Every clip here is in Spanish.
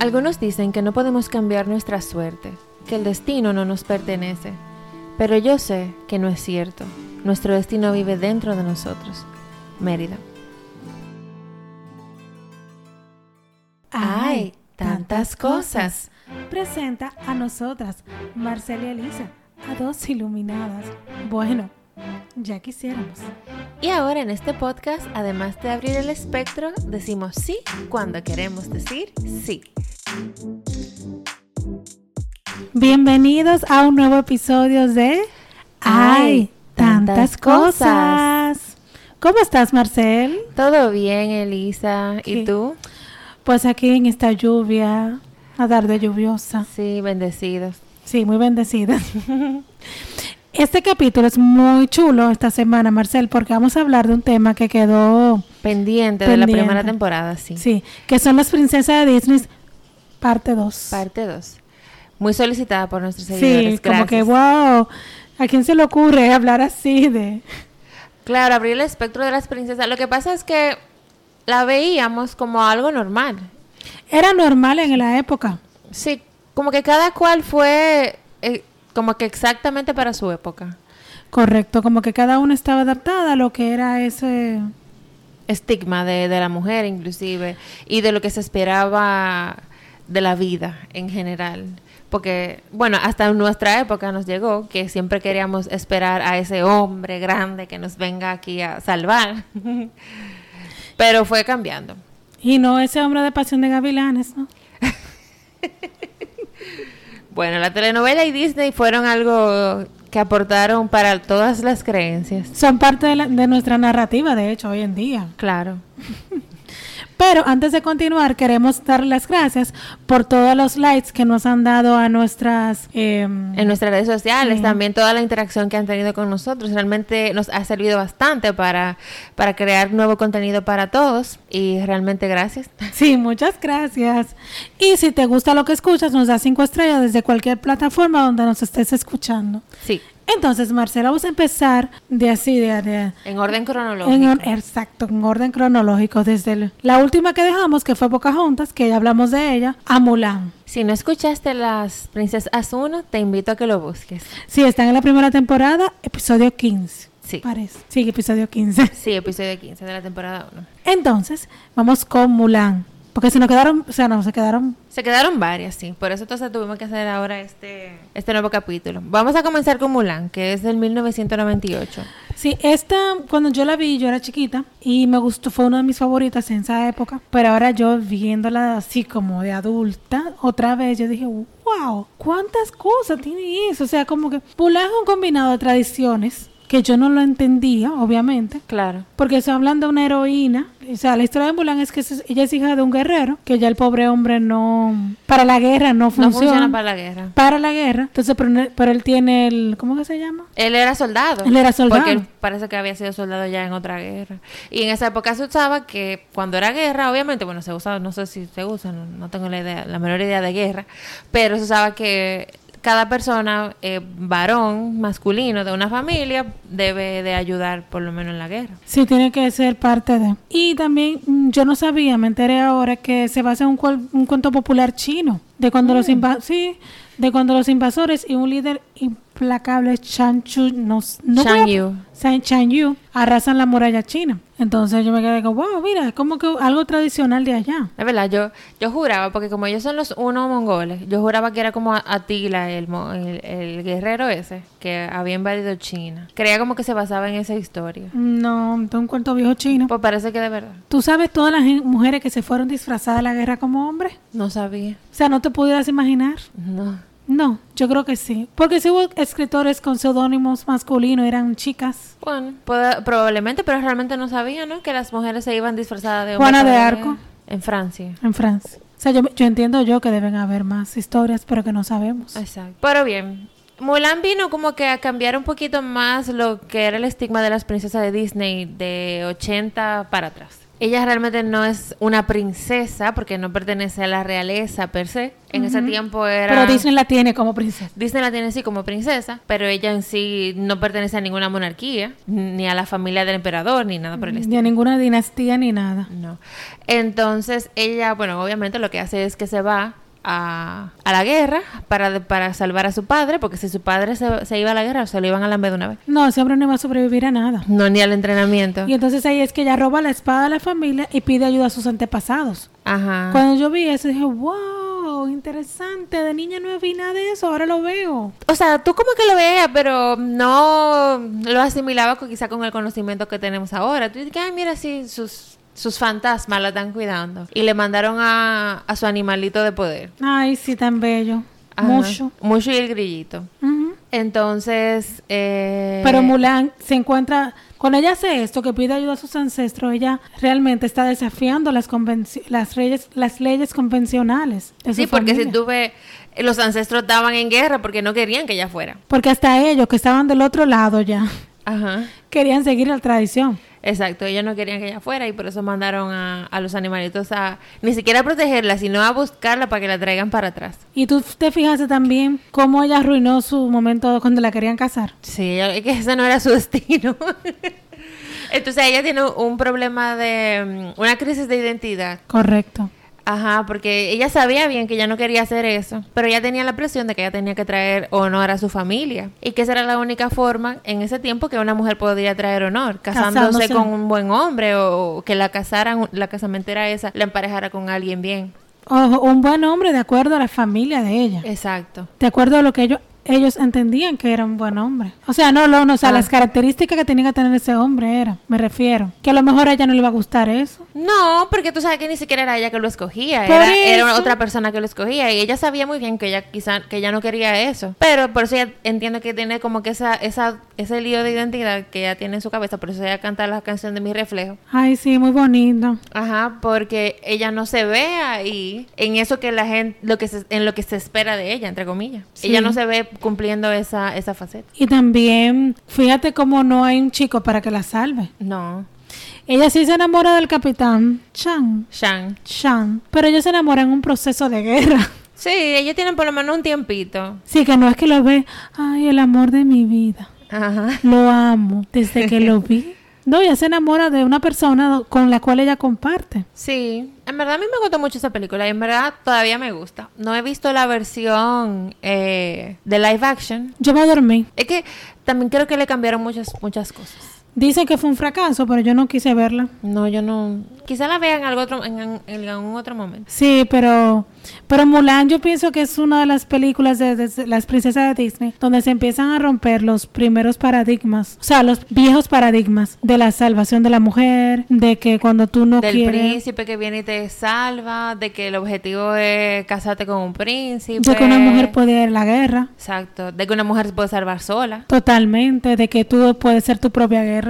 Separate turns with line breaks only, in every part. Algunos dicen que no podemos cambiar nuestra suerte, que el destino no nos pertenece, pero yo sé que no es cierto. Nuestro destino vive dentro de nosotros. Mérida.
Ay,
tantas cosas.
Presenta a nosotras, Marcela y Elisa, a dos iluminadas. Bueno, ya quisiéramos.
Y ahora en este podcast, además de abrir el espectro, decimos sí cuando queremos decir sí.
Bienvenidos a un nuevo episodio de Ay, tantas cosas. ¿Cómo estás, Marcel?
Todo bien, Elisa. ¿Y
Sí.
tú?
Pues aquí en esta lluvia, una tarde lluviosa.
Sí, bendecidos.
Sí, muy bendecida. Este capítulo es muy chulo esta semana, Marcel, porque vamos a hablar de un tema que quedó,
Pendiente, de la
Pendiente.
primera temporada, sí.
sí, que son las princesas de Disney, parte 2.
Parte 2. Muy solicitada por nuestros seguidores.
Sí, como
gracias.
que, wow, ¿a quién se le ocurre hablar así de...?
Claro, abrir el espectro de las princesas. Lo que pasa es que la veíamos como algo normal.
Era normal en la época.
Sí, como que cada cual fue eh, como que exactamente para su época.
Correcto, como que cada uno estaba adaptada a lo que era ese...
Estigma de, de la mujer inclusive y de lo que se esperaba de la vida en general. Porque, bueno, hasta en nuestra época nos llegó que siempre queríamos esperar a ese hombre grande que nos venga aquí a salvar. Pero fue cambiando.
Y no ese hombre de pasión de gavilanes, ¿no?
Bueno, la telenovela y Disney fueron algo que aportaron para todas las creencias.
Son parte de, la- de nuestra narrativa, de hecho, hoy en día.
Claro.
Pero antes de continuar, queremos dar las gracias por todos los likes que nos han dado a nuestras... em,
En nuestras redes sociales, también toda la interacción que han tenido con nosotros, realmente nos ha servido bastante para, para crear nuevo contenido para todos y realmente gracias.
Sí, muchas gracias. Y si te gusta lo que escuchas, nos da cinco estrellas desde cualquier plataforma donde nos estés escuchando.
Sí,
Entonces, Marcela, vamos a empezar de así, de... de-
en orden cronológico.
en or- exacto, en orden cronológico, desde el- la última que dejamos, que fue Pocahontas, que ya hablamos de ella, a Mulan.
Si no escuchaste las Princesas 1, te invito a que lo busques.
Sí, están en la primera temporada, episodio 15.
Sí.
Parece. Sí, episodio 15.
Sí, episodio 15 de la temporada 1.
Entonces, vamos con Mulan. Porque se nos quedaron, o sea, no, se quedaron.
Se quedaron varias, sí. Por eso entonces tuvimos que hacer ahora este, este nuevo capítulo. Vamos a comenzar con Mulan, que es del 1998.
Sí, esta, cuando yo la vi, yo era chiquita y me gustó, fue una de mis favoritas en esa época. Pero ahora yo viéndola así como de adulta, otra vez, yo dije, wow, cuántas cosas tiene eso. O sea, como que Mulan es un combinado de tradiciones que yo no lo entendía, obviamente.
Claro.
Porque se hablan de una heroína. O sea, la historia de Mulan es que es- ella es hija de un guerrero, que ya el pobre hombre no... Para la guerra no
No
funciona.
funciona para la guerra.
para la guerra. Entonces, pero, él- pero él tiene el... ¿Cómo que se llama?
Él era soldado.
Él era soldado.
Porque él parece que había sido soldado ya en otra guerra. Y en esa época se usaba que cuando era guerra, obviamente, bueno, se usaba, no sé si se usa, no, no tengo la, idea, la menor idea de guerra, pero se usaba que cada persona, eh, varón, masculino de una familia, debe de ayudar por lo menos en la guerra.
Sí, tiene que ser parte de... Y también mm, yo no sabía, me enteré ahora que se basa en un, cual- un cuento popular chino. De cuando los inva- sí, de cuando los invasores y un líder implacable, Chan Chu, no, s- no voy a-
Shang Yu.
San Chan Yu arrasan la muralla china. Entonces yo me quedé como, wow, mira, es como que algo tradicional de allá.
Es verdad, yo, yo juraba, porque como ellos son los uno mongoles, yo juraba que era como Atila, el, mo- el, el guerrero ese, que había invadido China. Creía como que se basaba en esa historia.
No, de un cuento viejo chino.
Pues parece que de verdad.
¿Tú sabes todas las gen- mujeres que se fueron disfrazadas a la guerra como hombres?
No sabía.
O sea, no te pudieras imaginar.
No.
No, yo creo que sí. Porque si hubo escritores con seudónimos masculinos, eran chicas.
Bueno, puede- probablemente, pero realmente no sabía, ¿no? Que las mujeres se iban disfrazadas de
Juana
hombre
de
para
Arco.
guerra. En Francia.
En Francia. O sea, yo, yo entiendo yo que deben haber más historias, pero que no sabemos.
Exacto. Pero bien, Mulan vino como que a cambiar un poquito más lo que era el estigma de las princesas de Disney de 80 para atrás. Ella realmente no es una princesa porque no pertenece a la realeza per se. En ese tiempo era...
Pero Disney la tiene como princesa.
Disney la tiene así como princesa, pero ella en sí no pertenece a ninguna monarquía, ni a la familia del emperador, ni nada por el estilo.
Ni a ninguna dinastía ni nada.
No. Entonces ella, bueno, obviamente lo que hace es que se va a, a la guerra para, para salvar a su padre, porque si su padre se, se iba a la guerra, se lo iban a la de una vez.
No, ese hombre no iba a sobrevivir a nada.
No, ni al entrenamiento.
Y entonces ahí es que ella roba la espada a la familia y pide ayuda a sus antepasados.
Ajá.
Cuando yo vi eso dije, wow, interesante, de niña no vi nada de eso, ahora lo veo.
O sea, tú como que lo veías, pero no lo asimilabas con- quizá con el conocimiento que tenemos ahora. Tú dices, que, ay, mira, sí, sus, sus fantasmas la están cuidando. Y le mandaron a, a su animalito de poder.
Ay, sí, tan bello.
Ajá.
Mucho.
Mucho y el grillito.
Ujú.
Entonces, eh,
Pero Mulan se encuentra, cuando ella hace esto, que pide ayuda a sus ancestros, ella realmente está desafiando las, convenci- las, leyes, las leyes convencionales. de su
Sí, porque si
familia.
tú ves, los ancestros estaban en guerra porque no querían que ella fuera.
Porque hasta ellos que estaban del otro lado ya
Ajá.
querían seguir la tradición.
Exacto, ellos no querían que ella fuera y por eso mandaron a, a los animalitos a ni siquiera a protegerla, sino a buscarla para que la traigan para atrás.
Y tú te fijaste también cómo ella arruinó su momento cuando la querían casar.
Sí, ella- es que ese no era su destino. Entonces ella tiene un problema de mm, una crisis de identidad.
Correcto.
Ajá, porque ella sabía bien que ella no quería hacer eso, pero ella tenía la presión de que ella tenía que traer honor a su familia y que esa era la única forma en ese tiempo que una mujer podía traer honor, casándose
Casándose.
con un buen hombre o, o que la casaran, la casamentera esa, la emparejara con alguien bien.
Ojo, un buen hombre de acuerdo a la familia de ella.
Exacto.
De acuerdo a lo que ellos, ellos entendían que era un buen hombre. O sea, no, no, no, o sea,
Ah.
las características que tenía que tener ese hombre era, me refiero. Que a lo mejor a ella no le iba a gustar eso.
No, porque tú sabes que ni siquiera era ella que lo escogía,
Por
era, era
eso.
otra persona que lo escogía y ella sabía muy bien que ella quizá que ella no quería eso, pero por eso ella entiende que tiene como que esa, esa ese lío de identidad que ella tiene en su cabeza, por eso ella canta la canción de Mi Reflejo.
Ay, sí, muy bonito.
Ajá, porque ella no se ve ahí en eso que la gente lo que se- en lo que se espera de ella, entre comillas.
Sí.
Ella no se ve cumpliendo esa esa faceta.
Y también, fíjate cómo no hay un chico para que la salve.
No,
Ella sí se enamora del capitán Chan,
Shan.
Chan, pero ellos se enamoran en un proceso de guerra.
Sí, ellos tienen por lo menos un tiempito.
Sí, que no es que lo ve, ay, el amor de mi vida.
Ajá.
Lo amo desde que lo vi. No, ella se enamora de una persona con la cual ella comparte.
Sí, en verdad a mí me gustó mucho esa película y en verdad todavía me gusta. No he visto la versión eh, de live action.
Yo me dormí.
Es que también creo que le cambiaron muchas muchas cosas.
Dicen que fue un fracaso, pero yo no quise verla.
No, yo no. Quizá la vea en algo otro en, en- en algún otro momento.
Sí, pero, pero Mulan yo pienso que es una de las películas de, de las princesas de Disney donde se empiezan a romper los primeros paradigmas, o sea, los viejos paradigmas de la salvación de la mujer, de que cuando tú no
Del
quieres,
príncipe que viene y te salva, de que el objetivo es casarte con un príncipe.
de que una mujer puede ir a la guerra,
Exacto, de que una mujer se puede salvar sola.
totalmente, de que tú puedes ser tu propia guerrera.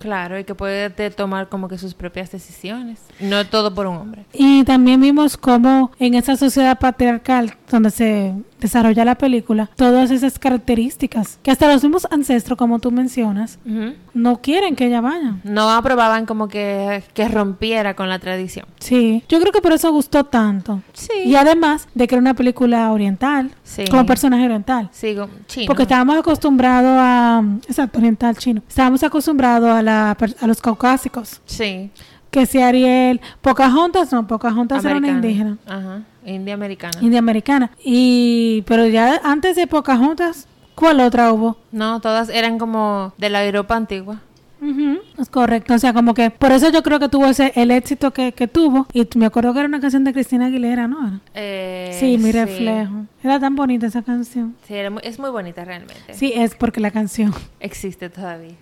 Claro, y que puede te- tomar como que sus propias decisiones. No todo por un hombre.
Y también vimos cómo en esa sociedad patriarcal donde se desarrolla la película, todas esas características, que hasta los mismos ancestros, como tú mencionas,
Ujú.
no quieren que ella vaya.
no aprobaban como que, que rompiera con la tradición.
Sí, yo creo que por eso gustó tanto. Y
Sí.
además de que era una película oriental,
Sí.
con personaje oriental.
Sigo, chino.
Porque estábamos acostumbrados a... Exacto, oriental chino. Estábamos acostumbrados a, la per- a los caucásicos.
Sí.
Que si Ariel... Pocahontas no, Pocahontas era una
americana.
indígena.
Ajá. India americana.
India americana. Y... Pero ya antes de Pocahontas, ¿cuál otra hubo?
no, todas eran como de la Europa antigua.
Ujú, Es correcto, o sea, como que por eso yo creo que tuvo ese, el éxito que, que tuvo. Y me acuerdo que era una canción de Cristina Aguilera, ¿no? Era-
Eh,
Sí, mi reflejo. Era tan bonita esa canción.
Sí, era muy- es muy bonita realmente.
Sí, es porque la canción.
Existe todavía.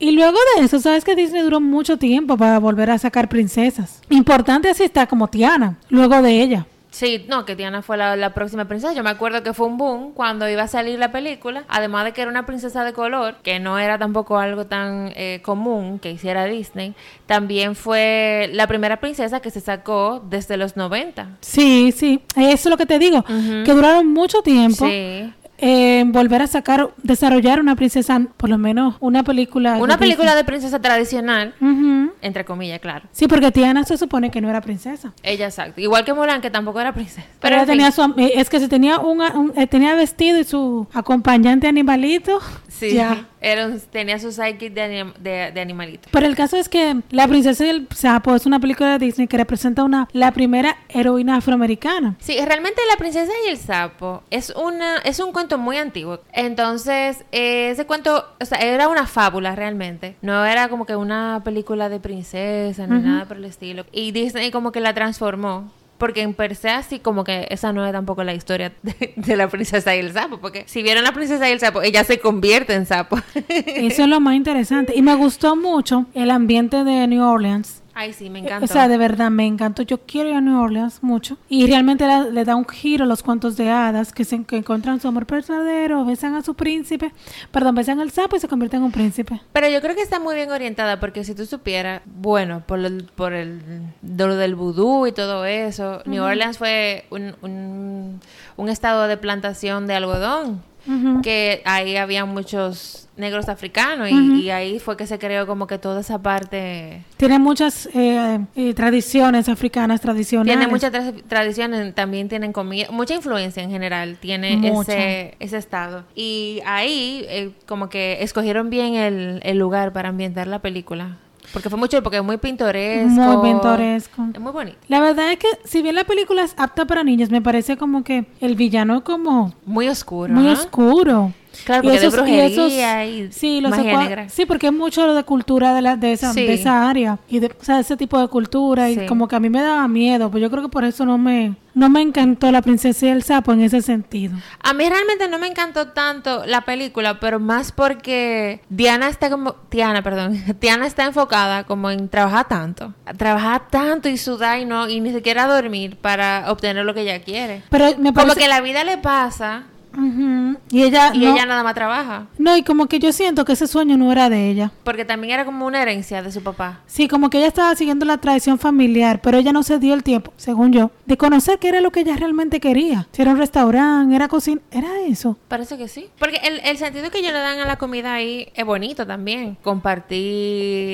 Y luego de eso, sabes que Disney duró mucho tiempo para volver a sacar princesas. Importante así está como Tiana, luego de ella.
Sí, no, que Tiana fue la, la próxima princesa. Yo me acuerdo que fue un boom cuando iba a salir la película. Además de que era una princesa de color, que no era tampoco algo tan eh, común que hiciera Disney, también fue la primera princesa que se sacó desde los 90.
Sí, sí, eso es lo que te digo, que duraron mucho tiempo
Sí.
eh, volver a sacar, desarrollar una princesa, por lo menos una película. de
Una
Disney.
película de princesa tradicional,
Ujú.
entre comillas, claro.
Sí, porque Tiana se supone que no era princesa.
Ella, exacto. Igual que Mulan, que tampoco era princesa.
Pero
en
ella tenía
fin.
su, am- eh, es que se tenía un, a- un- eh, tenía vestido y su acompañante animalito.
Sí,
Ya.
era un- tenía su sidekick de, anim- de, de animalito.
Pero el caso es que La princesa y el sapo es una película de Disney que representa una la primera heroína afroamericana.
Sí, realmente La princesa y el sapo es una es un cuento muy antiguo. Entonces, eh, ese cuento, o sea, era una fábula realmente. No era como que una película de princesa ni nada por el estilo. Y Disney como que la transformó. Porque en per se así como que esa no es tampoco la historia de, de la princesa y el sapo. Porque si vieron la princesa y el sapo, ella se convierte en sapo.
Eso es lo más interesante. Y me gustó mucho el ambiente de New Orleans.
Ay, sí, me
Eh,
encanta.
O sea, de verdad, me encantó. Yo quiero ir a New Orleans mucho. Y realmente la- le da un giro a los cuentos de hadas que, se, que encuentran su amor verdadero, besan a su príncipe, perdón, besan al sapo y se convierten en un príncipe.
Pero yo creo que está muy bien orientada porque si tú supieras, bueno, por, el, por el, de lo del vudú y todo eso, New Orleans fue un, un, un estado de plantación de algodón,
Ujú.
que ahí había muchos negros africanos y, y ahí fue que se creó como que toda esa parte...
Tiene muchas eh, eh, tradiciones africanas tradicionales.
Tiene muchas tra- tradiciones, también tienen comida, mucha influencia en general tiene
Mucha.
ese, ese estado. Y ahí eh, como que escogieron bien el, el lugar para ambientar la película. Porque fue mucho, porque es muy pintoresco.
Muy pintoresco.
Es muy bonito.
La verdad es que si bien la película es apta para niños, me parece como que el villano es como
Muy oscuro.
muy
¿no?
oscuro.
Claro, porque de brujería y
sí, los
magia
secua-
negra.
Sí, porque es mucho lo de cultura de, la, de, esa,
Sí.
de esa área. Y de, o sea, ese tipo de cultura. Y
Sí.
como que a mí me daba miedo. Pues yo creo que por eso no me, no me encantó La princesa y el sapo en ese sentido.
A mí realmente no me encantó tanto la película, pero más porque Diana está como Tiana, perdón, Tiana está enfocada como en trabajar tanto, trabajar tanto y sudar y no y ni siquiera dormir para obtener lo que ella quiere.
Pero
Como
me parece...
que la vida le pasa
Ujú. Y ella...
y
no,
ella nada más trabaja,
no, y como que yo siento que ese sueño no era de ella.
porque también era como una herencia de su papá.
Sí, como que ella estaba siguiendo la tradición familiar, pero ella no se dio el tiempo, según yo, de conocer qué era lo que ella realmente quería. Si era un restaurante, era cocina, era eso.
Parece que sí. Porque el, el sentido que ellos le dan a la comida ahí es bonito también. Compartir,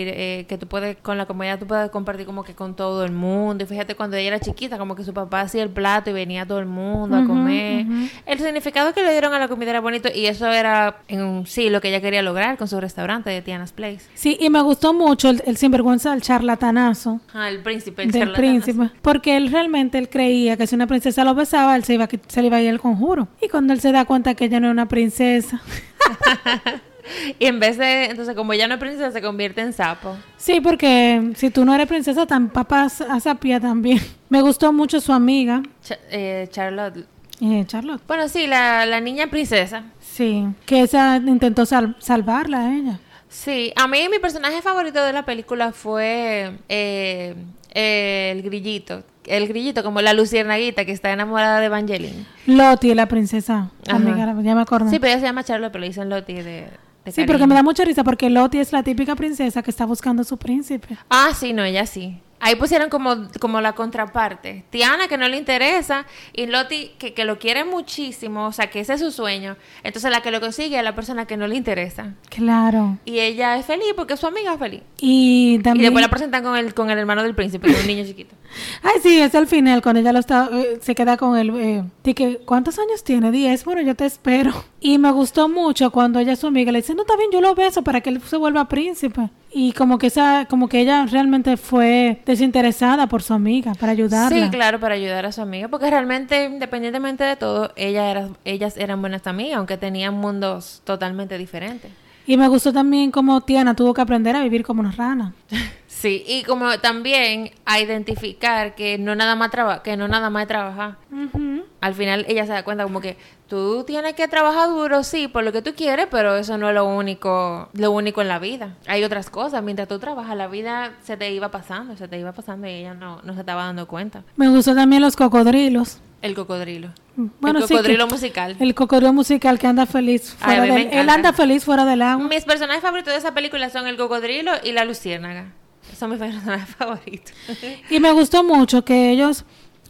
eh, que tú puedes, con la comida tú puedes compartir como que con todo el mundo. Y fíjate, cuando ella era chiquita, como que su papá hacía el plato y venía todo el mundo a
Ujú,
comer.
ujú.
El significado que le dieron a la comida era bonito y eso era, en sí, lo que ella quería lograr con su restaurante de Tiana's Place.
Sí, y me gustó mucho el, el sinvergüenza del charlatanazo
Ah, el príncipe, el
del
charlatanazo.
príncipe, porque él realmente él creía que si una princesa lo besaba, él se, iba, a qui- se le iba a ir el conjuro. Y cuando él se da cuenta que ella no es una princesa,
Y en vez de, entonces, como ella no es princesa, se convierte en sapo.
Sí, porque eh, si tú no eres princesa, tan papá a sapía también. Me gustó mucho su amiga,
Cha- eh, Charlotte.
eh, Charlotte.
Bueno, sí, la, la niña princesa.
Sí, que esa intentó sal- salvarla a ella.
Sí, a mí mi personaje favorito de la película fue eh, eh, el grillito. El grillito, como la luciernaguita que está enamorada de Evangeline.
Loti, la princesa.
Ajá.
Amiga, ya me acuerdo.
Sí,
Sí,
pero ella se llama Charlotte, pero le dicen Lottie de, de cariño.
porque me da mucha risa porque Loti es la típica princesa que está buscando a su príncipe.
Ah, sí, no, ella sí. Ahí pusieron como, como la contraparte. Tiana, que no le interesa, y Lottie, que, que lo quiere muchísimo, o sea, que ese es su sueño. Entonces, la que lo consigue es la persona que no le interesa.
Claro.
Y ella es feliz porque su amiga es feliz.
Y
Y
también...
después la presentan con el, con el hermano del príncipe, que es un niño chiquito.
Ay, sí, es al final, cuando ella lo está, eh, se queda con él. Eh, di que, ¿Cuántos años tiene? Diez, bueno, yo te espero. Y me gustó mucho cuando ella, su amiga, le dice, no, está bien, yo lo beso para que él se vuelva príncipe. Y como que, esa, como que ella realmente fue desinteresada por su amiga, para ayudarla.
Sí, claro, para ayudar a su amiga, porque realmente, independientemente de todo, ella era, ellas eran buenas amigas, aunque tenían mundos totalmente diferentes.
Y me gustó también cómo Tiana tuvo que aprender a vivir como una rana.
Sí, y como también a identificar que no nada más traba, que no nada más es trabajar. Al final ella se da cuenta como que tú tienes que trabajar duro, sí, por lo que tú quieres, pero eso no es lo único, lo único en la vida. Hay otras cosas, mientras tú trabajas, la vida se te iba pasando, se te iba pasando y ella no, no se estaba dando cuenta.
Me gustó también los cocodrilos.
El cocodrilo.
Mm, Bueno,
el
sí que-
cocodrilo musical.
El cocodrilo musical que anda feliz
Ay, a
fuera
mí me
del Él
encanta.
anda feliz fuera del agua.
Mis personajes favoritos de esa película son el cocodrilo y la luciérnaga. Son mis personajes favoritos.
Y me gustó mucho que ellos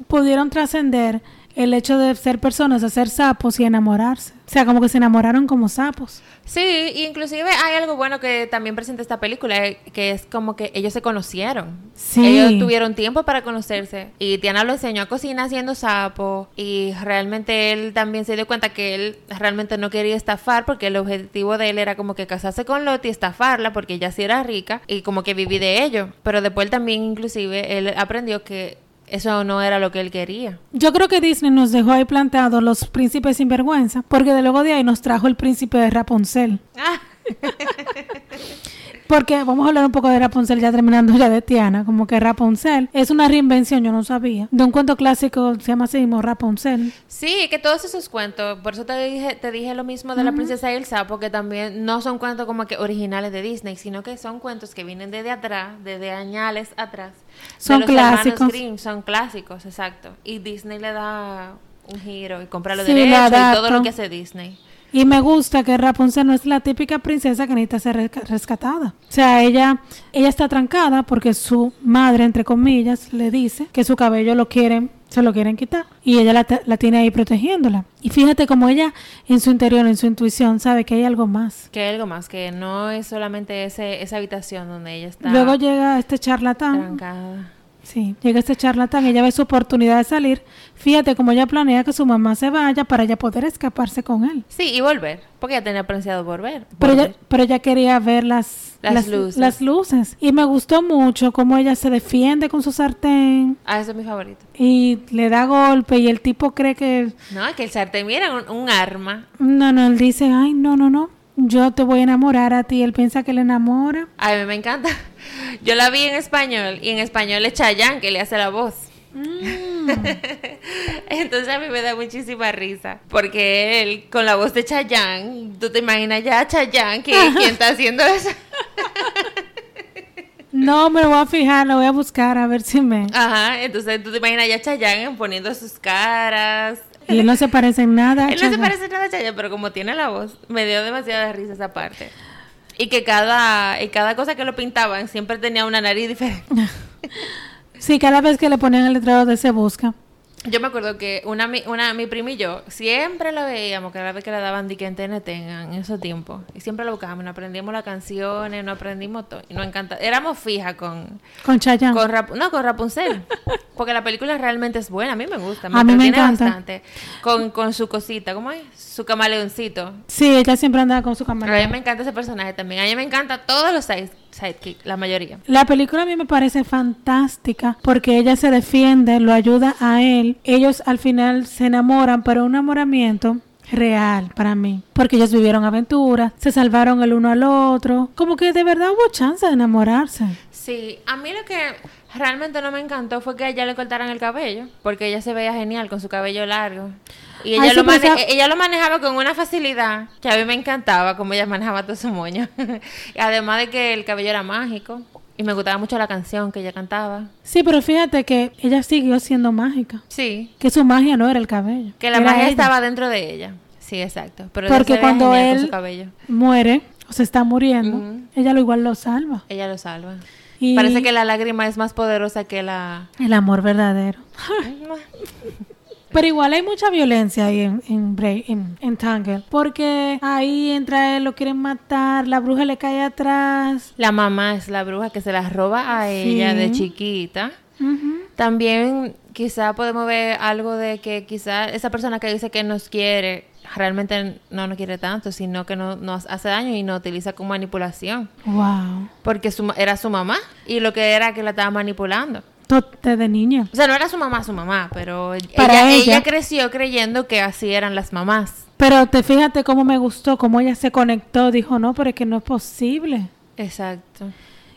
pudieron trascender el hecho de ser personas, de ser sapos y enamorarse. O sea, como que se enamoraron como sapos.
Sí, y inclusive hay algo bueno que también presenta esta película, eh, que es como que ellos se conocieron.
Sí.
Ellos tuvieron tiempo para conocerse. Y Tiana lo enseñó a cocinar haciendo sapo. Y realmente él también se dio cuenta que él realmente no quería estafar, porque el objetivo de él era como que casarse con Lottie, estafarla, porque ella sí era rica, y como que vivir de ello. Pero después él también, inclusive, él aprendió que eso no era lo que él quería.
Yo creo que Disney nos dejó ahí planteados los príncipes sinvergüenza, porque de luego de ahí nos trajo el príncipe de Rapunzel. Porque vamos a hablar un poco de Rapunzel ya terminando ya de Tiana, como que Rapunzel es una reinvención, yo no sabía, de un cuento clásico se llama así mismo Rapunzel.
Sí, que todos esos cuentos, por eso te dije, te dije lo mismo de la princesa y el sapo, que también no son cuentos como que originales de Disney, sino que son cuentos que vienen desde atrás, desde añales atrás. de
Son
los hermanos
clásicos.
Grimm, son clásicos, exacto. Y Disney le da un giro y compra los
Sí, le
derechos y todo
adaptan.
lo que hace Disney.
Y me gusta que Rapunzel no es la típica princesa que necesita ser resca- rescatada. O sea, ella, ella está trancada porque su madre, entre comillas, le dice que su cabello lo quieren, se lo quieren quitar. Y ella la, te- la tiene ahí protegiéndola. Y fíjate como ella, en su interior, en su intuición, sabe que hay algo más.
Que hay algo más, que no es solamente ese, esa habitación donde ella está
Luego llega este charlatán.
trancada.
Sí, llega este charlatán, ella ve su oportunidad de salir. Fíjate cómo ella planea que su mamá se vaya para ella poder escaparse con él.
Sí, y volver, porque ya tenía planeado volver.
Pero
volver.
ella, pero ella quería ver las,
Las luces.
las luces. Y me gustó mucho cómo ella se defiende con su sartén
Ah, eso es mi favorito.
y le da golpe y el tipo cree que...
No, es que el sartén, mira, un- un arma.
No, no, él dice, ay, no, no, no, yo te voy a enamorar a ti. Él piensa que le enamora.
A mí me encanta. Yo la vi en español y en español es Chayanne que le hace la voz. Entonces a mí me da muchísima risa porque él con la voz de Chayanne, tú te imaginas ya a Chayanne que quien está haciendo eso.
No, me lo voy a fijar, lo voy a buscar a ver si me...
Ajá, entonces tú te imaginas ya a Chayanne poniendo sus caras.
Y él no se parece en nada. a
Él no se
Chayanne.
parece nada a Chayanne, pero como tiene la voz, me dio demasiada risa esa parte. Y que cada y cada cosa que lo pintaban siempre tenía una nariz diferente.
Sí, cada vez que le ponían el letrero de se busca.
Yo me acuerdo que una, mi- una mi prima y yo siempre la veíamos cada vez que la daban di que en TNT en, en esos tiempos. Y siempre la buscábamos, nos aprendimos las canciones, nos aprendimos todo. Y nos encanta. Éramos fijas con,
Con Chayanne.
con Rap- no, con Rapunzel. Porque la película realmente es buena, a mí me gusta, me
A mí me
entretiene
encanta.
bastante. Con, con su cosita, ¿cómo es? Su camaleoncito.
Sí, ella siempre andaba con su
Pero a mí
cámara.
me encanta ese personaje también. A mí me encanta todos los side- sidekicks, la mayoría.
La película a mí me parece fantástica porque ella se defiende, lo ayuda a él. Ellos al final se enamoran, pero un enamoramiento real para mí. Porque ellos vivieron aventuras, se salvaron el uno al otro. Como que de verdad hubo chance de enamorarse.
Sí, a mí lo que realmente no me encantó fue que a ella le cortaran el cabello, porque ella se veía genial con su cabello largo. Y
Ay,
ella,
sí,
lo, mane-
pero esa-
ella lo manejaba con una facilidad que a mí me encantaba, como ella manejaba todo su moño. Y Además de que el cabello era mágico y me gustaba mucho la canción que ella cantaba.
Sí, pero fíjate que ella siguió siendo mágica.
Sí,
Que su magia no era el cabello.
que la
era
magia
ella.
estaba dentro de ella. Sí, exacto. Pero ella se
Porque
veía
cuando
genial con
él
su cabello.
muere o se está muriendo,
Ujú.
ella lo igual lo salva.
Ella lo salva.
Y-
Parece que la lágrima es más poderosa que la...
El amor verdadero. Pero igual hay mucha violencia ahí en, en, Bra- en, en Tangle. Porque ahí entra él, lo quieren matar, la bruja le cae atrás.
La mamá es la bruja que se las roba a ella de chiquita. También quizá podemos ver algo de que quizá esa persona que dice que nos quiere realmente no nos quiere tanto, sino que no, nos hace daño y nos utiliza con manipulación.
Wow.
Porque su ma- era su mamá y lo que era que la estaba manipulando.
Tote de niña.
O sea, no era su mamá, su mamá, pero
Para
ella,
ella.
ella creció creyendo que así eran las mamás.
Pero te fíjate cómo me gustó, cómo ella se conectó. Dijo, no, pero es que no es posible.
Exacto.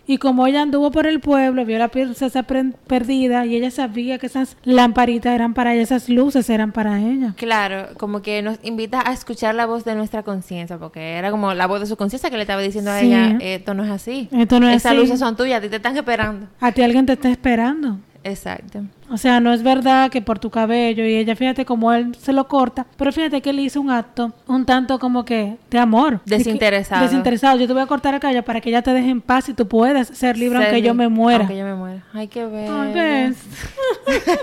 Y como ella anduvo por el pueblo, vio la princesa pre- perdida y ella sabía que esas lamparitas eran para ella, esas luces eran para ella.
Claro, como que nos invita a escuchar la voz de nuestra conciencia, porque era como la voz de su conciencia que le estaba diciendo a
Sí.
ella, esto no es así.
Esto no es
Esas
así.
luces son tuyas, a ti te están esperando.
A ti alguien te está esperando.
Exacto.
O sea, no es verdad que por tu cabello y ella, fíjate cómo él se lo corta, pero fíjate que él hizo un acto un tanto como que de amor. De que-
Desinteresado.
desinteresado. Yo te voy a cortar el cabello para que ella te deje en paz y tú puedas ser libre
Ser
aunque yo
libre,
me muera.
Aunque yo me muera. Hay que ver.
Ay, ves.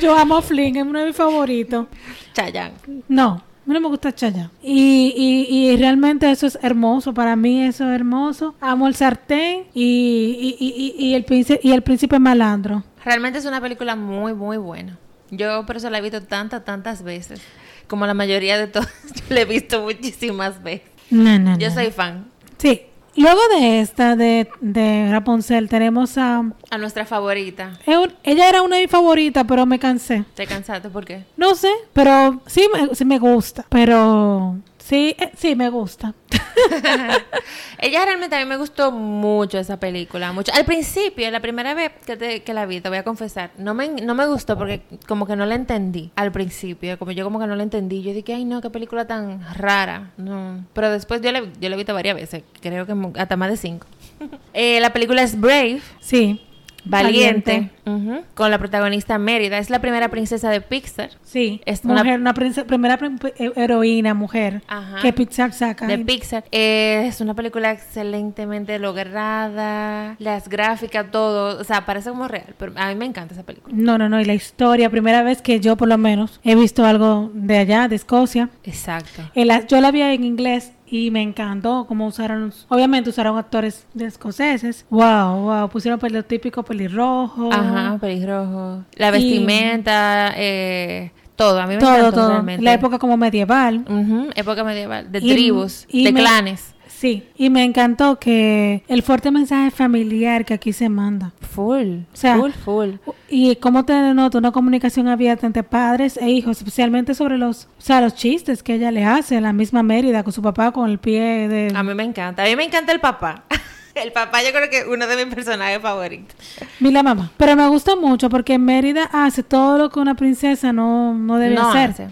yo amo a Flynn, es uno de mis favoritos.
Chayanne.
No, a mí no me gusta Chayanne. Y, y, y realmente eso es hermoso, para mí eso es hermoso. Amo el sartén y, y, y, y, y el, príncipe, y el príncipe malandro.
Realmente es una película muy, muy buena. Yo por eso la he visto tantas, tantas veces. Como la mayoría de todas, yo la he visto muchísimas veces.
No, no,
Yo
no.
soy fan.
Sí. Luego de esta, de, de Rapunzel, tenemos a...
A nuestra favorita.
es un- Ella era una de mis favoritas, pero me cansé.
¿Te cansaste? ¿Por qué?
No sé, pero sí me, sí me gusta. Pero sí, eh, sí me gusta.
Ella realmente a mí me gustó mucho esa película, mucho. Al principio, la primera vez que, te- que la vi, te voy a confesar, no me, no me gustó porque como que no la entendí al principio, como yo como que no la entendí, yo dije, ay no, qué película tan rara, no. Pero después yo la, yo la he visto varias veces, creo que mu- hasta más de cinco. Eh, la película es Brave,
Sí.
Valiente, ujú, con la protagonista Mérida, es la primera princesa de Pixar.
Sí.
Es una-
mujer, una, prince- primera prim- eh, heroína, mujer.
Ajá.
Que Pixar saca.
de Pixar. Eh, es una película excelentemente lograda, las gráficas, todo, o sea, parece como real, pero a mí me encanta esa película.
No, no, no. Y la historia, primera vez que yo por lo menos he visto algo de allá, de Escocia.
Exacto.
El- yo la vi en inglés y me encantó cómo usaron, obviamente usaron actores de escoceses. Wow, wow, pusieron pues, lo típico pelirrojo.
Oh. Ajá, pelirrojo. La
Oh. Y-
vestimenta, eh, todo, a mí me
todo,
encantó
todo.
realmente.
La época como medieval.
Ujú, época medieval, de
Y-
tribus,
y
de
me-
clanes.
Sí, y me encantó que el fuerte mensaje familiar que aquí se manda.
Full,
O sea,
full, full.
Y cómo te denota una comunicación abierta entre padres e hijos, especialmente sobre los, o sea, los chistes que ella le hace, la misma Mérida con su papá con el pie de...
A mí me encanta. A mí me encanta el papá. El papá yo creo que es uno de mis personajes favoritos.
Vi la mamá. Pero me gusta mucho porque Mérida hace todo lo que una princesa no, no debe
No
hacer.
hace.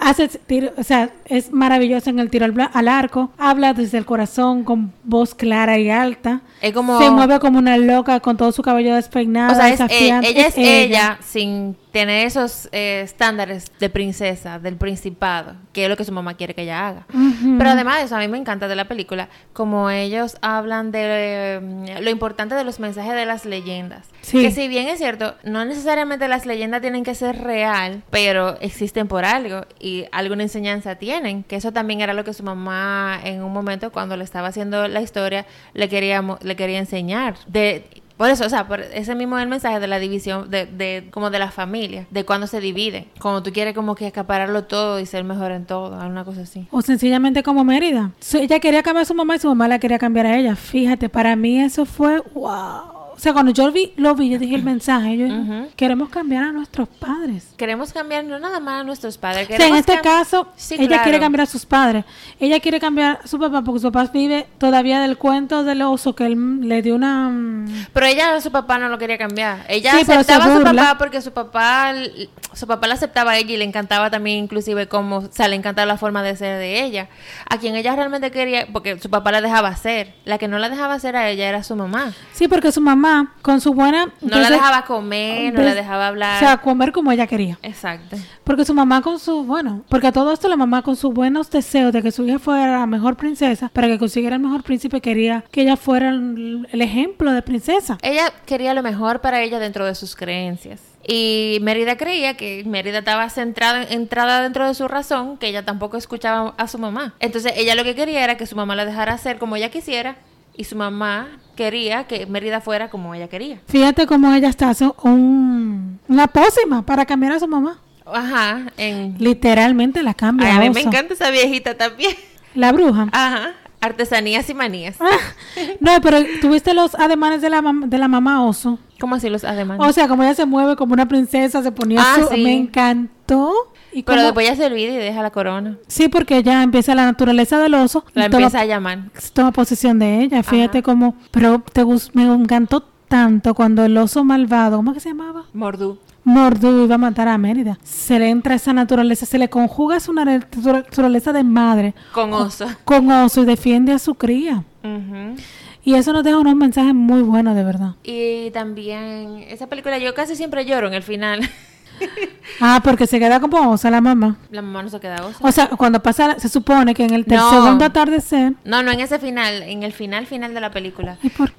Hace tiro- o sea, es maravillosa en el tiro al, bla- al arco. Habla desde el corazón con voz clara y alta.
Es como-
Se mueve como una loca con todo su cabello despeinado.
O sea, es e-
desafiante.
ella es ella sin tener esos eh, estándares de princesa, del principado, que es lo que su mamá quiere que ella haga.
Ujú.
Pero además de eso, a mí me encanta de la película, como ellos hablan de eh, lo importante de los mensajes de las leyendas.
Sí.
Que si bien es cierto, no necesariamente las leyendas tienen que ser real, pero existen por algo y alguna enseñanza tienen. Que eso también era lo que su mamá en un momento cuando le estaba haciendo la historia le quería, mo- le quería enseñar. De, por eso, o sea, por ese mismo es el mensaje de la división, de, de- como de la familia, de cuando se divide, cuando tú quieres como que escapararlo todo y ser mejor en todo, alguna cosa así.
O sencillamente como Mérida. So, ella quería cambiar a su mamá y su mamá la quería cambiar a ella. Fíjate, para mí eso fue wow. O sea, cuando yo vi, lo vi, yo dije el mensaje. Yo dije,
Ujú.
queremos cambiar a nuestros padres.
Queremos cambiar no nada más a nuestros padres.
O sea, en
queremos
este
cam-
caso,
Sí,
ella
claro.
quiere cambiar a sus padres. Ella quiere cambiar a su papá porque su papá vive todavía del cuento del oso que él mm, le dio una... mm,
Pero ella a su papá no lo quería cambiar. Ella
Sí, pero
aceptaba
se
a su
burla.
papá porque su papá l- su papá la aceptaba a ella y le encantaba también inclusive cómo, o sea, le encantaba la forma de ser de ella. A quien ella realmente quería, porque su papá la dejaba ser. La que no la dejaba ser a ella era su mamá.
Sí, porque su mamá, con su buena...
No la
desde-
dejaba comer, no la
des-
dejaba hablar.
O sea, comer como ella quería.
Exacto.
Porque su mamá con su... Bueno, porque a todo esto la mamá con sus buenos deseos de que su hija fuera la mejor princesa, para que consiguiera el mejor príncipe, quería que ella fuera el el ejemplo de princesa.
Ella quería lo mejor para ella dentro de sus creencias. Y Mérida creía que Mérida estaba centrada, entrada dentro de su razón, que ella tampoco escuchaba a su mamá. Entonces ella lo que quería era que su mamá la dejara hacer como ella quisiera y su mamá quería que Mérida fuera como ella quería.
Fíjate cómo ella está hace un, una pócima para cambiar a su mamá.
Ajá, en...
Literalmente la cambia.
Ay, a mí me
oso.
encanta Ah. esa viejita también.
La bruja. Ah.
Ajá, artesanías y manías.
No, pero tuviste los ademanes de la, mam- de la mamá oso.
¿Cómo así los además?
O sea, como ella se mueve como una princesa, se ponía
Ah,
su...
sí.
Me encantó. Y
Pero
como-
después ya se olvida y deja la corona.
Sí, porque ya empieza la naturaleza del oso.
La
y toma,
empieza a llamar.
toma posesión de ella. Fíjate
Ajá.
como... Pero te gus- me encantó tanto cuando el oso malvado... ¿Cómo que se llamaba?
Mordú.
Mordu iba a matar a Mérida. Se le entra esa naturaleza, se le conjuga su nare- naturaleza de madre
Con oso.
con oso y defiende a su cría.
Ujú.
Y eso nos deja unos mensajes muy buenos, de verdad.
Y también, esa película yo casi siempre lloro en el final.
Ah, porque se queda como osa la mamá.
La mamá no se queda osa.
O sea, cuando pasa, la- se supone que en el ter-
No.
segundo atardecer.
No, no en ese final, en el final final de la película.
¿Y por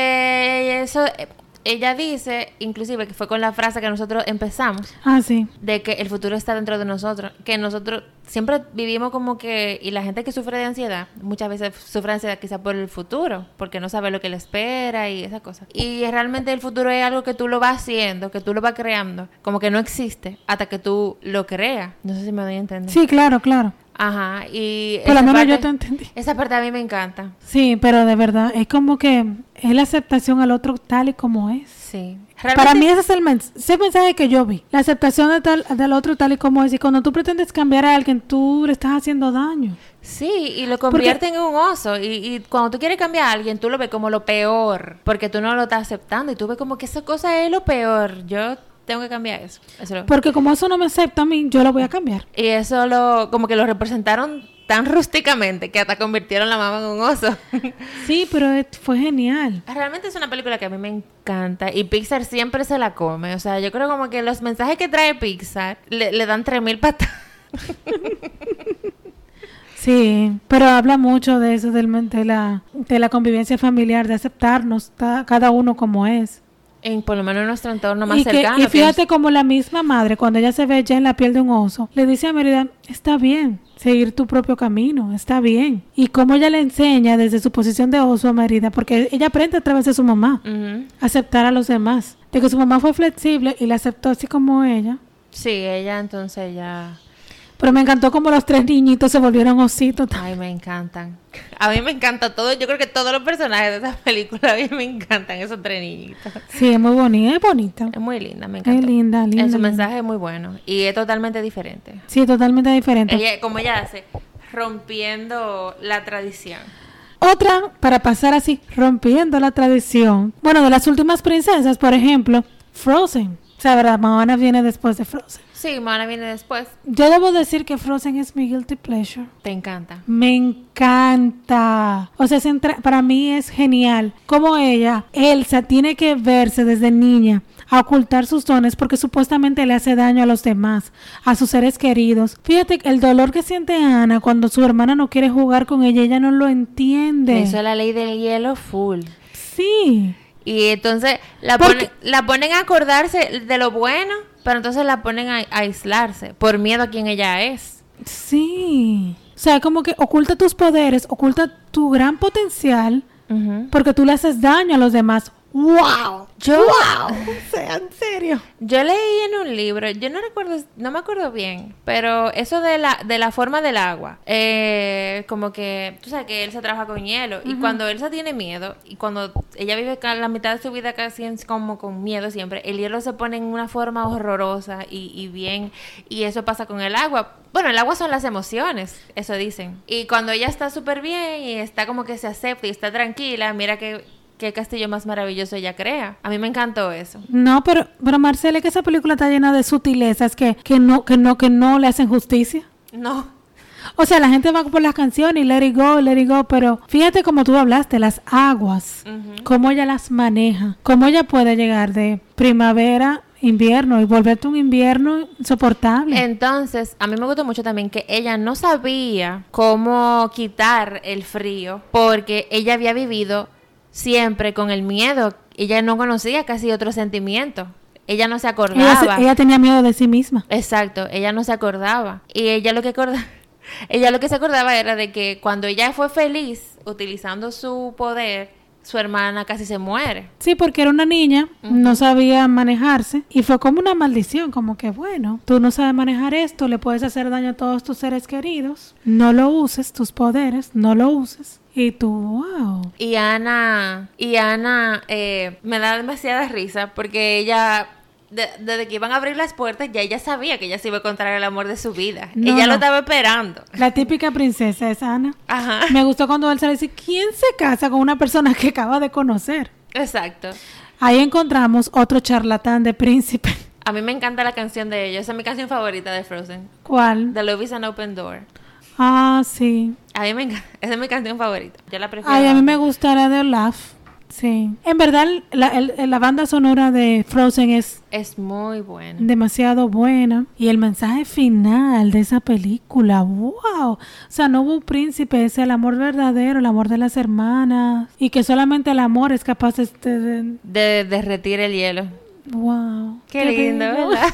Porque eso, eh, ella dice, inclusive que fue con la frase que nosotros empezamos,
Ah, sí.
de que el futuro está dentro de nosotros, que nosotros siempre vivimos como que, y la gente que sufre de ansiedad, muchas veces sufre ansiedad quizá por el futuro, porque no sabe lo que le espera y esas cosas. Y realmente el futuro es algo que tú lo vas haciendo, que tú lo vas creando, como que no existe hasta que tú lo creas. No sé si me doy a entender.
Sí, claro, claro.
Ajá, y...
Por lo
esa
menos yo
parte-
te entendí.
Esa parte a mí me encanta.
Sí, pero de verdad, es como que es la aceptación al otro tal y como es.
Sí.
Para mí
Realmente-
ese es el, mens- ese mensaje que yo vi. La aceptación de tal- del otro tal y como es. Y cuando tú pretendes cambiar a alguien, tú le estás haciendo daño.
Sí, y lo convierte en un oso. Y, y cuando tú quieres cambiar a alguien, tú lo ves como lo peor, porque tú no lo estás aceptando y tú ves como que esa cosa es lo peor. Yo tengo que cambiar eso. Eso lo-
Porque como eso no me acepta a mí, yo lo voy a cambiar.
y eso lo, como que lo representaron tan rústicamente que hasta convirtieron la mamá en un oso.
Sí, pero es- fue genial.
Realmente es una película que a mí me encanta y Pixar siempre se la come. O sea, yo creo como que los mensajes que trae Pixar le, le dan 3.000 patas.
Sí, pero habla mucho de eso, del, men- de, la, de la convivencia familiar, de aceptarnos ta- cada uno como es.
En, por lo menos en nuestro entorno más
y, que-
cercano.
y
que es-
fíjate como la misma madre, cuando ella se ve ya en la piel de un oso, le dice a Merida, está bien seguir tu propio camino, está bien. Y como ella le enseña desde su posición de oso a Merida, porque ella aprende a través de su mamá,
Ujú.
aceptar a los demás. De que su mamá fue flexible y la aceptó así como ella.
Sí, ella entonces ya...
Pero me encantó como los tres niñitos se volvieron ositos. ta-
Ay, me encantan. A mí me encanta todo. Yo creo que todos los personajes de esa película a mí me encantan esos tres niñitos.
Sí, es muy bonita, es bonita.
Es muy linda, me encanta.
linda, linda,
Su
linda.
mensaje es muy bueno y es totalmente diferente.
Sí, totalmente diferente.
Ella, como ella hace, rompiendo la tradición.
Otra, para pasar así, rompiendo la tradición. Bueno, de las últimas princesas, por ejemplo, Frozen. O sea, ¿verdad? Moana viene después de Frozen.
Sí, Moana viene después.
Yo debo decir que Frozen es mi guilty pleasure.
Te encanta.
Me encanta. O sea, es entra- para mí es genial. Como ella, Elsa, tiene que verse desde niña a ocultar sus dones porque supuestamente le hace daño a los demás, a sus seres queridos. Fíjate que el dolor que siente Ana cuando su hermana no quiere jugar con ella, ella no lo entiende.
Eso es la ley del hielo full.
Sí.
Y entonces la,
¿Por
ponen-
qué?
la ponen a acordarse de lo bueno, pero entonces la ponen a- a aislarse por miedo a quien ella es.
Sí. O sea, como que oculta tus poderes, oculta tu gran potencial, porque tú le haces daño a los demás. ¡Wow!
Yo-
¡Wow! O sea, en serio.
Yo leí en un libro, yo no recuerdo, no me acuerdo bien, pero eso de la, de la forma del agua, eh, como que, tú sabes que Elsa trabaja con hielo, y cuando Elsa tiene miedo, y cuando ella vive ca- la mitad de su vida casi en- como con miedo siempre, el hielo se pone en una forma horrorosa y, y bien, y eso pasa con el agua. Bueno, el agua son las emociones, eso dicen. Y cuando ella está súper bien y está como que se acepta y está tranquila, mira que... Qué castillo más maravilloso ella crea. A mí me encantó eso.
No, pero, pero Marcela, que esa película está llena de sutilezas que, que no, que no, que no le hacen justicia.
No,
O sea, la gente va por las canciones y let it go, let it go, pero fíjate como tú hablaste, las aguas, cómo ella las maneja, cómo ella puede llegar de primavera, invierno y volverte un invierno insoportable.
Entonces, a mí me gustó mucho también que ella no sabía cómo quitar el frío porque ella había vivido siempre con el miedo. Ella no conocía casi otro sentimiento. Ella no se
Ella, se-
acordaba.
ella tenía miedo de sí misma.
Exacto, ella no se acordaba. Y ella lo que acordaba, ella lo que se acordaba era de que cuando ella fue feliz utilizando su poder, su hermana casi se muere.
Sí, porque era una niña, no sabía manejarse y fue como una maldición, como que bueno, tú no sabes manejar esto, le puedes hacer daño a todos tus seres queridos, no lo uses, tus poderes, no lo uses y tú, wow.
Y Ana, y Ana eh, me da demasiada risa porque ella, de- desde que iban a abrir las puertas, ya ella sabía que ella se iba a encontrar el amor de su vida.
No,
ella
no.
lo estaba esperando.
La típica princesa es Ana.
Ajá.
Me gustó cuando él sale y dice, ¿quién se casa con una persona que acaba de conocer?
Exacto.
Ahí encontramos otro charlatán de príncipe.
A mí me encanta la canción de ellos. Esa es mi canción favorita de Frozen.
¿Cuál?
The Love is an Open Door.
Ah, sí.
A mí me encanta. Esa es mi canción favorita. Yo la prefiero.
Ay, a mí me gusta la de Olaf. Sí. En verdad, la, el- la banda sonora de Frozen es
Es muy buena.
demasiado buena. Y el mensaje final de esa película, wow. O sea, no hubo un príncipe, es el amor verdadero, el amor de las hermanas. Y que solamente el amor es capaz de... de-
De derretir el hielo.
wow.
Qué lindo, ¿verdad?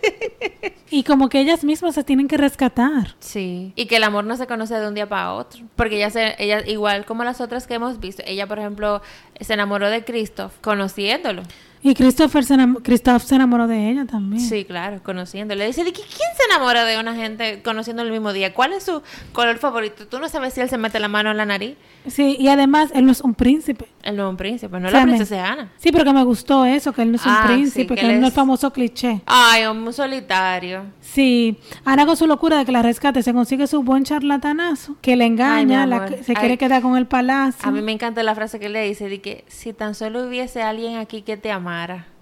Y como que ellas mismas se tienen que rescatar.
Sí. Y que el amor no se conoce de un día para otro. Porque ella, se, ella, igual como las otras que hemos visto, ella, por ejemplo, se enamoró de Christoph conociéndolo.
Y Christopher se, enam- Christoph se enamoró de ella también.
Sí, claro, conociéndolo. Dice, ¿de qué- quién se enamora de una gente conociendo el mismo día? ¿Cuál es su color favorito? Tú no sabes si él se mete la mano en la nariz.
Sí, y además él no es un príncipe.
El nuevo príncipe, no
O
la
sea, me-
princesa Ana.
Sí, pero que me gustó eso, que él no es
Ah,
un
sí,
príncipe,
que
que,
él
él no
es-
es famoso cliché.
Ay, un solitario.
Sí, Ana con su locura de que la rescate se consigue su buen charlatanazo, que le engaña,
Ay, mi
la-
amor.
se quiere
Ay.
quedar con el palacio.
A mí me encanta la frase que le dice de que si tan solo hubiese alguien aquí que te amara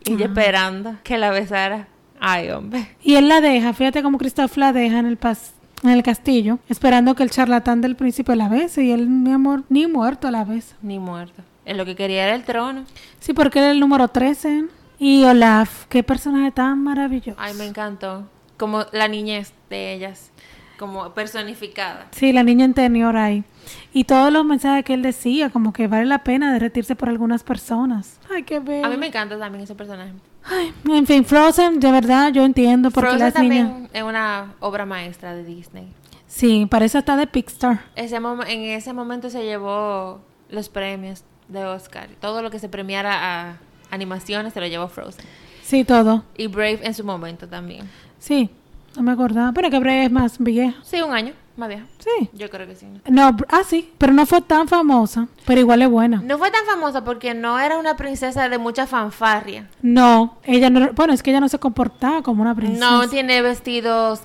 y ella esperando que la besara. Ay, hombre.
Y él la deja, fíjate cómo Christoph la deja en el pas- en el castillo, esperando que el charlatán del príncipe la bese y él, mi amor, ni muerto la besa.
Ni muerto. En lo que quería era el trono.
Sí, porque él es el número 13. Y Olaf, qué personaje tan maravilloso.
Ay, me encantó. Como la niñez de ellas. Como personificada.
Sí, la niña interior ahí. Y todos los mensajes que él decía, como que vale la pena derretirse por algunas personas. Ay, qué bello.
A mí me encanta también ese personaje.
Ay, en fin, Frozen, de verdad, yo entiendo por qué
Frozen
las
también
niñas...
es una obra maestra de Disney.
Sí, parece hasta de Pixar.
Ese mom- en ese momento se llevó los premios de Oscar. Todo lo que se premiara a animaciones se lo llevó Frozen.
Sí, todo.
Y Brave en su momento también.
Sí, no me acordaba. Pero que Brave es más vieja.
Sí, un año más vieja.
Sí.
Yo creo que sí.
No, Br- ah, sí, pero no fue tan famosa, pero igual es buena.
No fue tan famosa porque no era una princesa de mucha fanfarria.
No, ella no... Bueno, es que ella no se comportaba como una princesa.
No tiene vestidos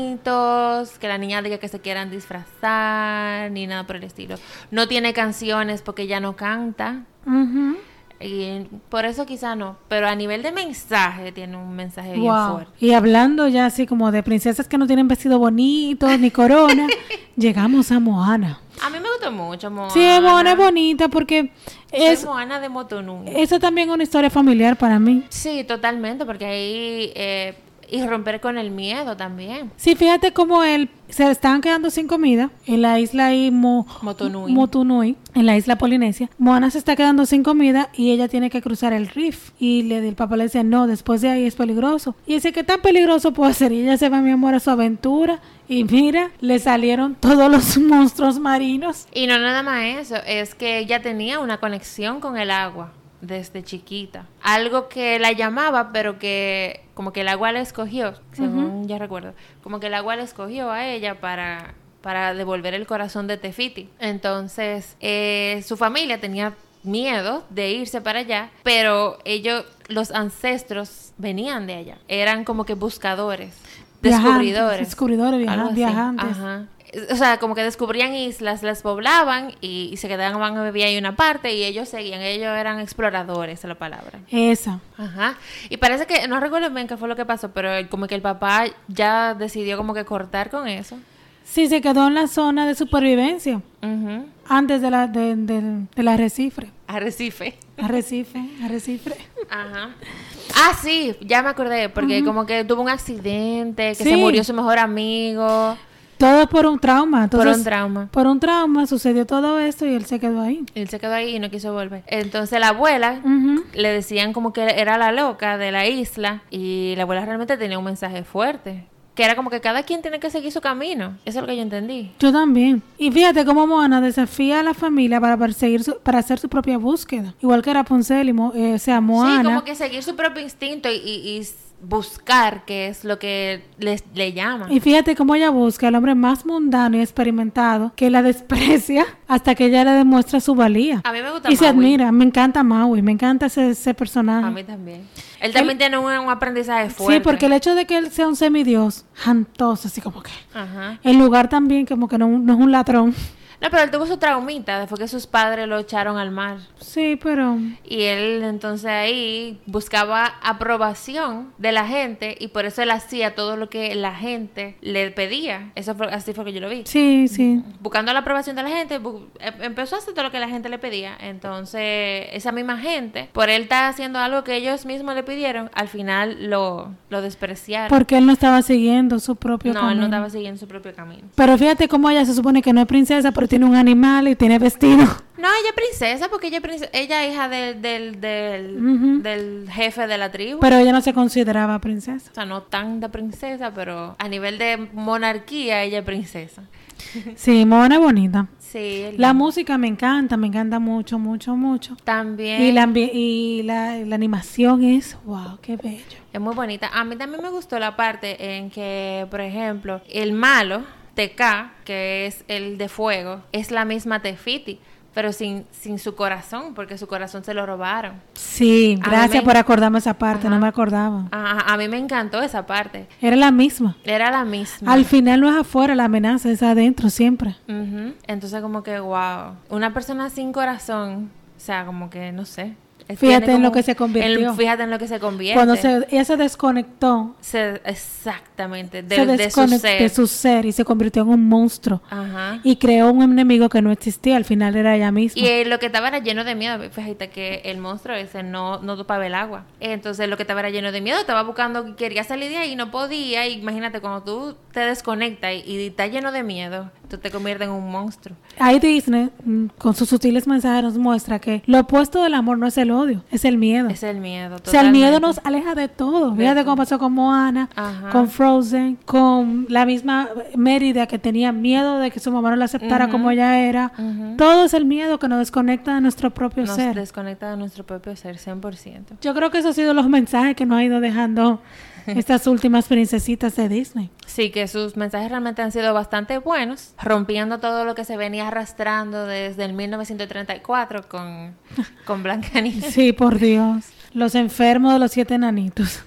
bonitos, que la niña diga que se quieran disfrazar, ni nada por el estilo. No tiene canciones porque ella no canta.
Ujú.
Y por eso quizá no, pero a nivel de mensaje tiene un mensaje bien
Wow.
fuerte.
Y hablando ya así como de princesas que no tienen vestido bonito ni corona, llegamos a Moana.
A mí me gustó mucho Moana.
Sí, Moana es bonita porque
Soy
es
Moana de Motonú.
eso también es una historia familiar para mí.
Sí, totalmente, porque ahí... eh, y romper con el miedo también.
Sí, fíjate cómo él se estaban quedando sin comida en la isla ahí Mo-
Motonui.
Motunui, en la isla Polinesia. Moana se está quedando sin comida y ella tiene que cruzar el reef. Y le, el papá le dice, no, después de ahí es peligroso. Y dice, ¿qué tan peligroso puede ser? Y ella se va, mi amor, a su aventura. Y mira, le salieron todos los monstruos marinos.
Y no nada más eso, es que ella tenía una conexión con el agua desde chiquita. Algo que la llamaba, pero que como que el agua la escogió, según ya recuerdo, como que el agua la escogió a ella para, para devolver el corazón de Tefiti. Entonces, eh, su familia tenía miedo de irse para allá, pero ellos, los ancestros, venían de allá. Eran como que buscadores,
Viajantes,
descubridores.
descubridores, viaja-
algo así.
viajantes.
Ajá. O sea, como que descubrían islas, las poblaban y, y se quedaban a vivir ahí una parte y ellos seguían, ellos eran exploradores, es la palabra.
Esa.
Ajá. Y parece que, no recuerdo bien qué fue lo que pasó, pero el- como que el papá ya decidió como que cortar con eso.
Sí, se quedó en la zona de supervivencia
Ujú.
antes de la, de, de- del arrecife.
Arrecife.
Arrecife, arrecife.
Ajá. Ah, sí, ya me acordé, porque como que tuvo un accidente, que se
Sí.
murió su mejor amigo,
Todo por un trauma.
por
Entonces,
un trauma.
Por un trauma sucedió todo esto y él se quedó ahí.
Él se quedó ahí y no quiso volver. Entonces la abuela
Ujú.
le decían como que era la loca de la isla y la abuela realmente tenía un mensaje fuerte, que era como que cada quien tiene que seguir su camino. Eso es lo que yo entendí.
Yo también. Y fíjate cómo Moana desafía a la familia para perseguir su- para hacer su propia búsqueda. Igual que Rapunzel y Mo- eh, o sea, Moana.
Sí, como que seguir su propio instinto y, y- y s- buscar qué es lo que les, le llama.
Y fíjate cómo ella busca al hombre más mundano y experimentado que la desprecia hasta que ella le demuestra su valía.
A mí me gusta
Y se
Maui.
admira. Me encanta Maui. Me encanta ese, ese personaje.
A mí también. Él también tiene un, un aprendizaje fuerte.
sí, porque el hecho de que él sea un semidios, jantoso, así como que.
Ajá.
El lugar también, como que no, no es un ladrón.
No, pero él tuvo su traumita, fue que sus padres lo echaron al mar.
Sí, pero...
Y él entonces ahí buscaba aprobación de la gente y por eso él hacía todo lo que la gente le pedía. Eso fue, así fue que yo lo vi.
Sí, sí.
Buscando la aprobación de la gente, bu- em- empezó a hacer todo lo que la gente le pedía. Entonces, esa misma gente, por él estar haciendo algo que ellos mismos le pidieron, al final lo, lo despreciaron.
Porque él no estaba siguiendo su propio
no,
camino.
él no estaba siguiendo su propio camino.
Pero fíjate cómo ella se supone que no es princesa, pero tiene un animal y tiene vestido.
No, ella es princesa porque ella es, prince- ella es hija del, del, del,
Ujú.
del jefe de la tribu.
Pero ella no se consideraba princesa.
O sea, no tan de princesa, pero a nivel de monarquía ella es princesa.
Sí, Mona bonita.
Sí, el-
La música me encanta, me encanta mucho, mucho, mucho.
también
Y la, ambi- y la, la animación es, wow, qué bello.
es muy bonita. A mí también me gustó la parte en que, por ejemplo, el malo, TK, que es el de fuego, es la misma Tefiti, pero sin, sin su corazón, porque su corazón se lo robaron.
Sí,
A
gracias
mí-
por acordarme esa parte, no
Ajá.
me acordaba.
A, a mí me encantó esa parte.
Era la misma.
Era la misma.
Al final no es afuera la amenaza, es adentro siempre.
Ujú. Entonces como que, wow, una persona sin corazón, o sea, como que, no sé. Es-
Fíjate
tiene
en lo
como-
que se convirtió.
en- fíjate en lo que se convierte.
Cuando se, ella se desconectó,
Se- exactamente, de,
se
de su
desconectó
ser.
de su ser y se convirtió en un monstruo.
Ajá.
Y creó un enemigo que no existía, al final era ella misma.
Y eh, lo que estaba era lleno de miedo, fíjate que el monstruo ese no, no topaba el agua. Entonces lo que estaba era lleno de miedo, estaba buscando, quería salir de ahí y no podía. Y Imagínate, cuando tú te desconectas y, y estás lleno de miedo, tú te conviertes en un monstruo.
Ahí Disney, mm, con sus sutiles mensajes, nos muestra que lo opuesto del amor no es el odio, es el miedo.
Es el miedo.
Ah. o sea, el miedo nos
totalmente.
aleja de todo. Fíjate cómo pasó con Moana,
Ajá.
con Frozen, con la misma Mérida que tenía miedo de que su mamá no la aceptara como ella era. Todo es el miedo que nos desconecta de nuestro propio
nos
ser.
desconecta de nuestro propio ser, 100%.
Yo creo que esos han sido los mensajes que nos ha ido dejando estas últimas princesitas de Disney.
Sí, que sus mensajes realmente han sido bastante buenos, rompiendo todo lo que se venía arrastrando desde el 1934 con, con Blancanieves.
Sí, por Dios. Los enfermos de los siete nanitos.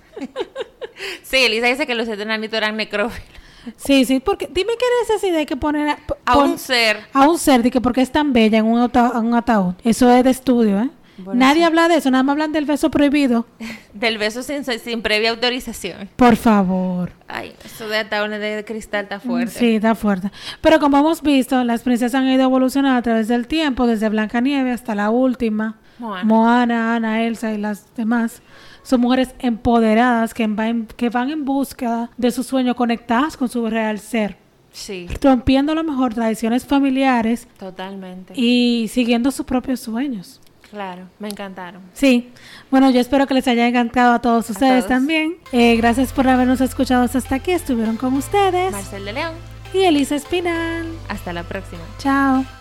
Sí, Elisa dice que los siete enanitos eran necrófilos.
Sí, sí, porque dime qué necesidad hay que poner a, po-
A
pon-
un ser.
a un ser de que porque es tan bella en un, ata- en un ataúd. Eso es de estudio, ¿eh?
Bueno,
Nadie habla de eso, nada más hablan del beso prohibido.
Del beso sin, sin previa autorización.
Por favor.
Ay, eso de ataúdes de cristal está fuerte.
Mm, Sí, da fuerte. Pero como hemos visto, las princesas han ido evolucionando a través del tiempo, desde Blancanieves hasta la última.
Moana.
Moana, Ana, Elsa y las demás. Son mujeres empoderadas que, va en- que van en busca de su sueño, conectadas con su real ser,
Sí,
rompiendo a lo mejor tradiciones familiares
totalmente.
y siguiendo sus propios sueños.
Claro, me encantaron.
Sí, bueno, yo espero que les haya encantado a todos ustedes
todos.
también. Eh, gracias por habernos escuchado hasta aquí. Estuvieron con ustedes
Marcel de León,
y Elisa Espinal.
hasta la próxima.
Chao.